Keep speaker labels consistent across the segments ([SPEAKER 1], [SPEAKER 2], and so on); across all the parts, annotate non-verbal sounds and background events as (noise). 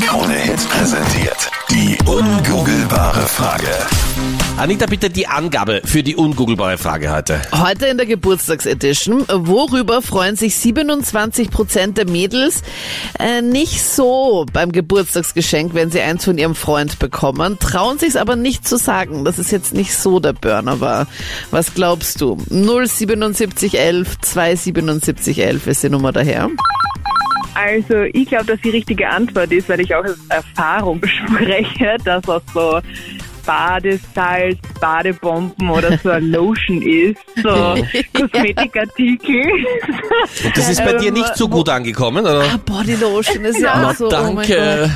[SPEAKER 1] Krone Hits präsentiert. Die ungoogelbare Frage.
[SPEAKER 2] Anita, bitte die Angabe für die ungoogelbare Frage heute.
[SPEAKER 3] Heute in der Geburtstagsedition. Worüber freuen sich 27% der Mädels äh, nicht so beim Geburtstagsgeschenk, wenn sie eins von ihrem Freund bekommen, trauen sich's aber nicht zu sagen. Das ist jetzt nicht so der Burner war. Was glaubst du? 07711 27711 ist die Nummer daher.
[SPEAKER 4] Also, ich glaube, dass die richtige Antwort ist, weil ich auch aus Erfahrung (laughs) spreche, dass auch so Badesalz, Badebomben oder
[SPEAKER 2] (laughs)
[SPEAKER 4] so eine Lotion ist, so Kosmetikartikel. (laughs)
[SPEAKER 2] Und das ist bei
[SPEAKER 4] Ähm,
[SPEAKER 2] dir nicht so gut angekommen, oder?
[SPEAKER 3] Äh, Ah, Bodylotion ist ja
[SPEAKER 4] Na,
[SPEAKER 3] auch so. Oh mein Gott.
[SPEAKER 2] Danke.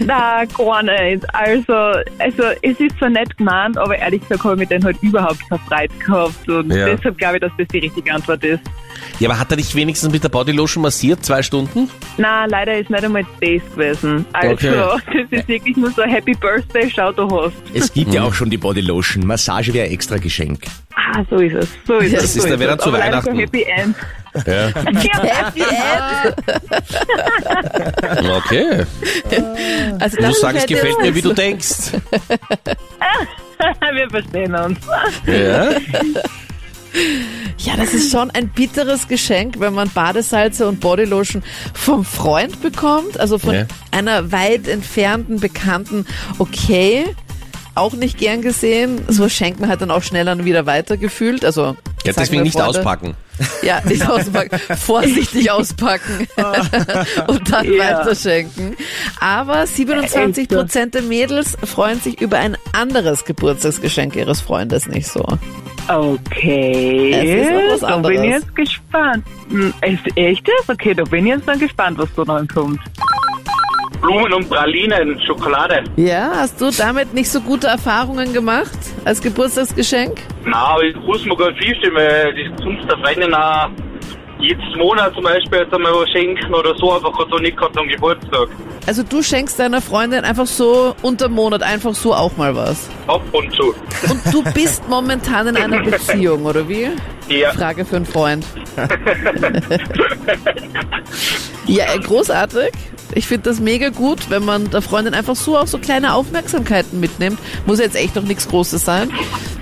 [SPEAKER 4] Na, gar nicht. Also, also, es ist zwar nett gemeint, aber ehrlich gesagt habe ich mich dann halt überhaupt verfreit gehabt und
[SPEAKER 2] Ja.
[SPEAKER 4] deshalb glaube ich, dass das die richtige Antwort ist.
[SPEAKER 2] Ja, aber hat er dich wenigstens mit der Bodylotion massiert, zwei Stunden?
[SPEAKER 4] Na, leider ist nicht einmal das gewesen. Also,
[SPEAKER 2] Okay.
[SPEAKER 4] (laughs) das ist wirklich nur so Happy Birthday, schau du hast.
[SPEAKER 5] Es gibt
[SPEAKER 2] Mhm.
[SPEAKER 5] ja auch schon die Bodylotion. Massage wäre extra Geschenk.
[SPEAKER 4] Ah, so ist es. So ist
[SPEAKER 3] Das
[SPEAKER 4] es.
[SPEAKER 2] ist
[SPEAKER 4] so
[SPEAKER 2] dann wieder
[SPEAKER 4] es.
[SPEAKER 2] zu
[SPEAKER 4] Aber leider
[SPEAKER 2] Weihnachten.
[SPEAKER 4] So
[SPEAKER 2] (laughs)
[SPEAKER 4] Happy End.
[SPEAKER 2] Ja.
[SPEAKER 4] Happy
[SPEAKER 2] Okay.
[SPEAKER 3] Also
[SPEAKER 2] Ich
[SPEAKER 3] das
[SPEAKER 2] muss sagen, es
[SPEAKER 3] hätte
[SPEAKER 2] gefällt mir,
[SPEAKER 3] uns-
[SPEAKER 2] wie du denkst.
[SPEAKER 4] End. Wir verstehen uns.
[SPEAKER 2] Ja.
[SPEAKER 3] Ja, das ist schon ein bitteres Geschenk, wenn man Badesalze und Bodylotion vom Freund bekommt, also von
[SPEAKER 2] Ja.
[SPEAKER 3] einer weit entfernten Bekannten. Okay, auch nicht gern gesehen. So schenkt man halt dann auch schnell dann wieder weiter gefühlt. Also
[SPEAKER 2] Ja,
[SPEAKER 3] sagen
[SPEAKER 2] deswegen
[SPEAKER 3] wir
[SPEAKER 2] nicht
[SPEAKER 3] Freunde-
[SPEAKER 2] auspacken.
[SPEAKER 3] Ja,
[SPEAKER 2] (laughs)
[SPEAKER 3] nicht auspacken. Vorsichtig auspacken
[SPEAKER 2] Ah.
[SPEAKER 3] und dann
[SPEAKER 4] Ja.
[SPEAKER 3] weiterschenken. Aber 27 Prozent der Mädels freuen sich über ein anderes Geburtstagsgeschenk ihres Freundes nicht so. Es ist auch
[SPEAKER 4] Okay,
[SPEAKER 3] was
[SPEAKER 4] da bin ich
[SPEAKER 3] anderes.
[SPEAKER 4] jetzt gespannt. Hm, Ist echtes? Okay, da bin ich jetzt dann gespannt, was da noch kommt.
[SPEAKER 6] Blumen und Pralinen, Schokolade.
[SPEAKER 3] Ja, hast du damit nicht so gute Erfahrungen gemacht als Geburtstagsgeschenk?
[SPEAKER 6] Na, aber ich muss mir gar nicht viel weil das kommt der Freundin auch jeden Monat zum Beispiel jetzt einmal was schenken oder so, einfach hat so nicht gehabt am Geburtstag.
[SPEAKER 3] Also du schenkst deiner Freundin einfach so unterm Monat einfach so auch mal was.
[SPEAKER 6] Ab und zu.
[SPEAKER 3] Und du bist momentan in einer Beziehung, oder wie?
[SPEAKER 6] Ja.
[SPEAKER 3] Frage für einen Freund. (laughs) ja, äh, großartig. Ich finde das mega gut, wenn man der Freundin einfach so auch so kleine Aufmerksamkeiten mitnimmt. Muss jetzt echt noch nichts Großes sein.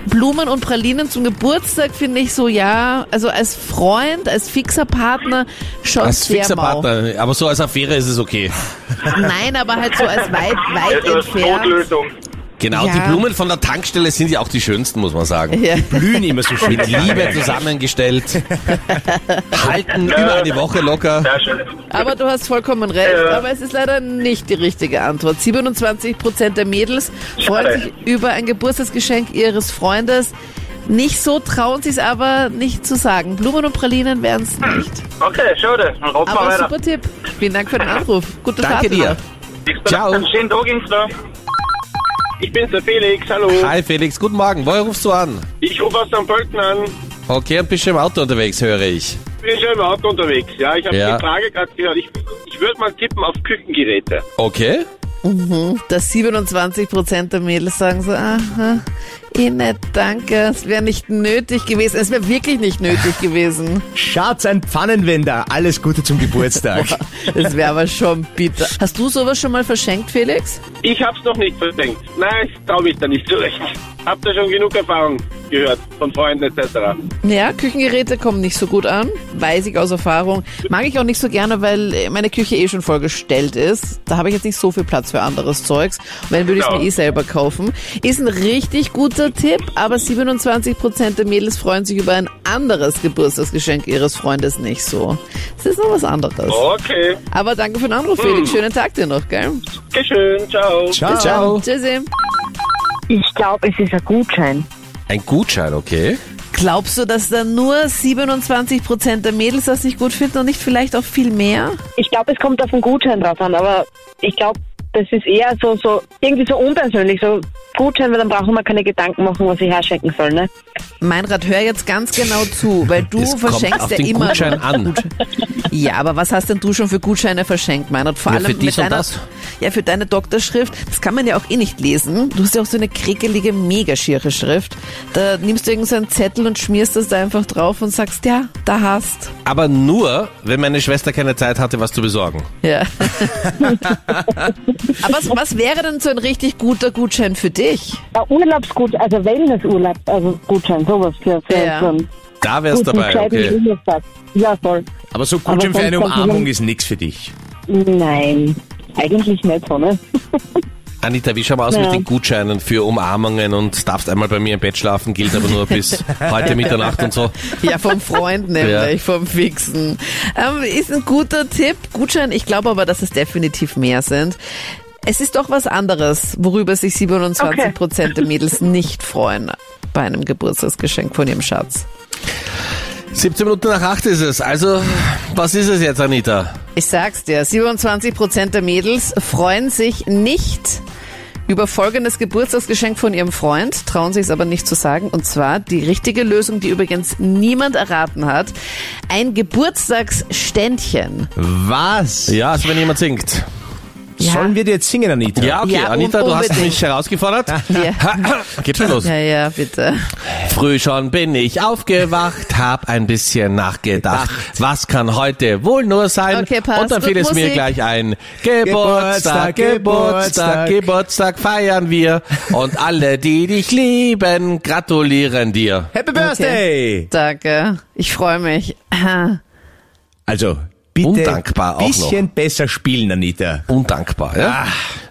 [SPEAKER 3] Blumen und Pralinen zum Geburtstag finde ich so, ja, also als Freund, als fixer Partner schon
[SPEAKER 2] Als
[SPEAKER 3] sehr
[SPEAKER 2] fixer
[SPEAKER 3] mau.
[SPEAKER 2] Partner, aber so als Affäre ist es okay.
[SPEAKER 3] Nein, aber halt so als weit, weit
[SPEAKER 6] Also als
[SPEAKER 3] entfernt.
[SPEAKER 6] Notlösung.
[SPEAKER 2] Genau,
[SPEAKER 3] Ja.
[SPEAKER 2] die Blumen von der Tankstelle sind ja auch die schönsten, muss man sagen.
[SPEAKER 3] Ja.
[SPEAKER 5] Blühen immer so schön.
[SPEAKER 2] Mit Liebe zusammengestellt, halten über eine Woche locker.
[SPEAKER 6] Sehr schön.
[SPEAKER 3] Aber du hast vollkommen recht,
[SPEAKER 6] Ja.
[SPEAKER 3] aber es ist leider nicht die richtige Antwort. 27% der Mädels freuen
[SPEAKER 6] Schade.
[SPEAKER 3] sich über ein Geburtstagsgeschenk ihres Freundes. Nicht so trauen sie es aber nicht zu sagen. Blumen und Pralinen wären es nicht.
[SPEAKER 6] Okay, schade. Dann rauf mal
[SPEAKER 3] Aber
[SPEAKER 6] weiter.
[SPEAKER 3] super Tipp. Vielen Dank für den Anruf. Gute
[SPEAKER 2] Danke
[SPEAKER 3] Fahrt.
[SPEAKER 2] dir.
[SPEAKER 6] Nächster
[SPEAKER 2] Ciao.
[SPEAKER 6] Tag. Schönen Tag ne? ging's noch. Ich bin's der Felix, hallo.
[SPEAKER 2] Hi Felix, guten Morgen. Woher rufst du an?
[SPEAKER 6] Ich rufe aus St. Pölten an.
[SPEAKER 2] Okay, und bist schon im Auto unterwegs, höre ich.
[SPEAKER 6] Ich bin schon im Auto unterwegs. Ja, ich habe
[SPEAKER 2] Ja.
[SPEAKER 6] die Frage gerade gehört. Ich, ich würde mal tippen auf Küchengeräte.
[SPEAKER 2] Okay.
[SPEAKER 3] Dass 27% der Mädels sagen so, aha, eh nicht, danke. Es wäre nicht nötig gewesen. Es wäre wirklich nicht nötig gewesen.
[SPEAKER 5] Schatz, ein Pfannenwender. Alles Gute zum Geburtstag.
[SPEAKER 3] Das wäre aber schon bitter. Hast du sowas schon mal verschenkt, Felix?
[SPEAKER 6] Ich hab's noch nicht versenkt. Nein, ich trau mich da nicht zurecht. Hab da schon genug Erfahrung gehört von Freunden etc.
[SPEAKER 3] Ja, Küchengeräte kommen nicht so gut an, weiß ich aus Erfahrung. Mag ich auch nicht so gerne, weil äh, meine Küche eh schon vollgestellt ist. Da habe ich jetzt nicht so viel Platz für anderes Zeugs. Und wenn, würde ich es mir
[SPEAKER 6] Genau.
[SPEAKER 3] eh selber kaufen. Ist ein richtig guter Tipp, aber 27% der Mädels freuen sich über ein anderes Geburtstagsgeschenk ihres Freundes nicht so. Es ist noch was anderes.
[SPEAKER 6] Okay,
[SPEAKER 3] Aber danke für den Anruf, Felix. Schönen Tag dir noch, gell?
[SPEAKER 6] geschön, ciao.
[SPEAKER 3] Ah.
[SPEAKER 5] Ciao.
[SPEAKER 3] Tschüssi.
[SPEAKER 4] Ich glaube, es ist ein Gutschein.
[SPEAKER 2] Ein Gutschein, okay.
[SPEAKER 3] Glaubst du, dass da nur 27% der Mädels das nicht gut finden und nicht vielleicht auch viel mehr?
[SPEAKER 7] Ich glaube, es kommt auf den Gutschein drauf an, aber ich glaube, das ist eher so, so irgendwie so unpersönlich, so Gutschein, weil dann brauchen wir keine Gedanken machen, was ich herschenken soll, ne?
[SPEAKER 3] Meinrad, hör jetzt ganz genau zu, weil du
[SPEAKER 2] (laughs) Es kommt
[SPEAKER 3] verschenkst
[SPEAKER 2] auf
[SPEAKER 3] ja
[SPEAKER 2] den
[SPEAKER 3] immer.
[SPEAKER 2] Gutschein an.
[SPEAKER 3] Ja, aber was hast denn du schon für Gutscheine verschenkt, Meinrad? Vor
[SPEAKER 2] Ja,
[SPEAKER 3] allem
[SPEAKER 2] für dies
[SPEAKER 3] mit
[SPEAKER 2] und
[SPEAKER 3] deiner,
[SPEAKER 2] das.
[SPEAKER 3] Ja, für deine Doktorschrift. Das kann man ja auch eh nicht lesen. Du hast ja auch so eine krickelige, mega schiere Schrift. Da nimmst du irgendeinen Zettel und schmierst das da einfach drauf und sagst, ja, da hast.
[SPEAKER 2] Aber nur, wenn meine Schwester keine Zeit hatte, was zu besorgen.
[SPEAKER 3] Ja. aber was, was wäre denn so ein richtig guter Gutschein für dich?
[SPEAKER 7] Ja, Urlaubsgutschein, also Wellnessurlaub, also Gutschein, sowas für, für
[SPEAKER 3] Ja.
[SPEAKER 7] so einen
[SPEAKER 2] Da wär's
[SPEAKER 7] guten
[SPEAKER 2] dabei,
[SPEAKER 7] kleinen
[SPEAKER 2] okay.
[SPEAKER 7] Urlaubstag. Ja, voll.
[SPEAKER 5] Aber so Gutschein für
[SPEAKER 7] sonst
[SPEAKER 5] eine
[SPEAKER 7] kommt die
[SPEAKER 5] Umarmung
[SPEAKER 7] Sonne-
[SPEAKER 5] ist nix für dich.
[SPEAKER 7] Nein, eigentlich nicht so, ne?
[SPEAKER 2] Anita, wie schauen wir aus
[SPEAKER 7] Ja.
[SPEAKER 2] mit den Gutscheinen für Umarmungen und darfst einmal bei mir im Bett schlafen, gilt aber nur
[SPEAKER 3] (laughs)
[SPEAKER 2] bis heute Mitternacht und so.
[SPEAKER 3] Ja, vom
[SPEAKER 5] (laughs)
[SPEAKER 3] Freund nämlich, vom Fixen. Ähm, ist ein guter Tipp. Gutschein, ich glaube aber, dass es definitiv mehr sind. Es ist doch was anderes, worüber sich 27 Prozent der Mädels nicht freuen bei einem Geburtstagsgeschenk von ihrem Schatz.
[SPEAKER 2] 17 Minuten nach 8 ist es. Also, was ist es jetzt, Anita?
[SPEAKER 3] Ich sag's dir, 27 Prozent der Mädels freuen sich nicht über folgendes Geburtstagsgeschenk von ihrem Freund, trauen sich es aber nicht zu sagen, und zwar die richtige Lösung, die übrigens niemand erraten hat, ein Geburtstagsständchen.
[SPEAKER 5] Was?
[SPEAKER 2] Ja, also wenn jemand singt.
[SPEAKER 5] Sollen wir dir jetzt singen, Anita?
[SPEAKER 2] Ja, okay,
[SPEAKER 3] Ja, un-
[SPEAKER 2] Anita, du hast
[SPEAKER 3] unbedingt.
[SPEAKER 2] mich herausgefordert.
[SPEAKER 3] Ja.
[SPEAKER 2] Geht schon los.
[SPEAKER 3] Ja, ja, bitte.
[SPEAKER 2] Früh schon bin ich aufgewacht, hab ein bisschen nachgedacht. Was kann heute wohl nur sein?
[SPEAKER 3] Okay, passt.
[SPEAKER 2] Und dann fiel
[SPEAKER 3] Gut,
[SPEAKER 2] es mir
[SPEAKER 3] Musik.
[SPEAKER 2] gleich ein. Geburtstag, Geburtstag,
[SPEAKER 5] Geburtstag, Geburtstag.
[SPEAKER 2] Geburtstag feiern wir. Und alle, die dich lieben, gratulieren dir.
[SPEAKER 5] Happy Birthday!
[SPEAKER 3] Danke. Ich freue mich.
[SPEAKER 5] Also, bitte
[SPEAKER 2] Undankbar auch
[SPEAKER 5] bisschen besser spielen, Anita. Ah.
[SPEAKER 2] Undankbar, ja?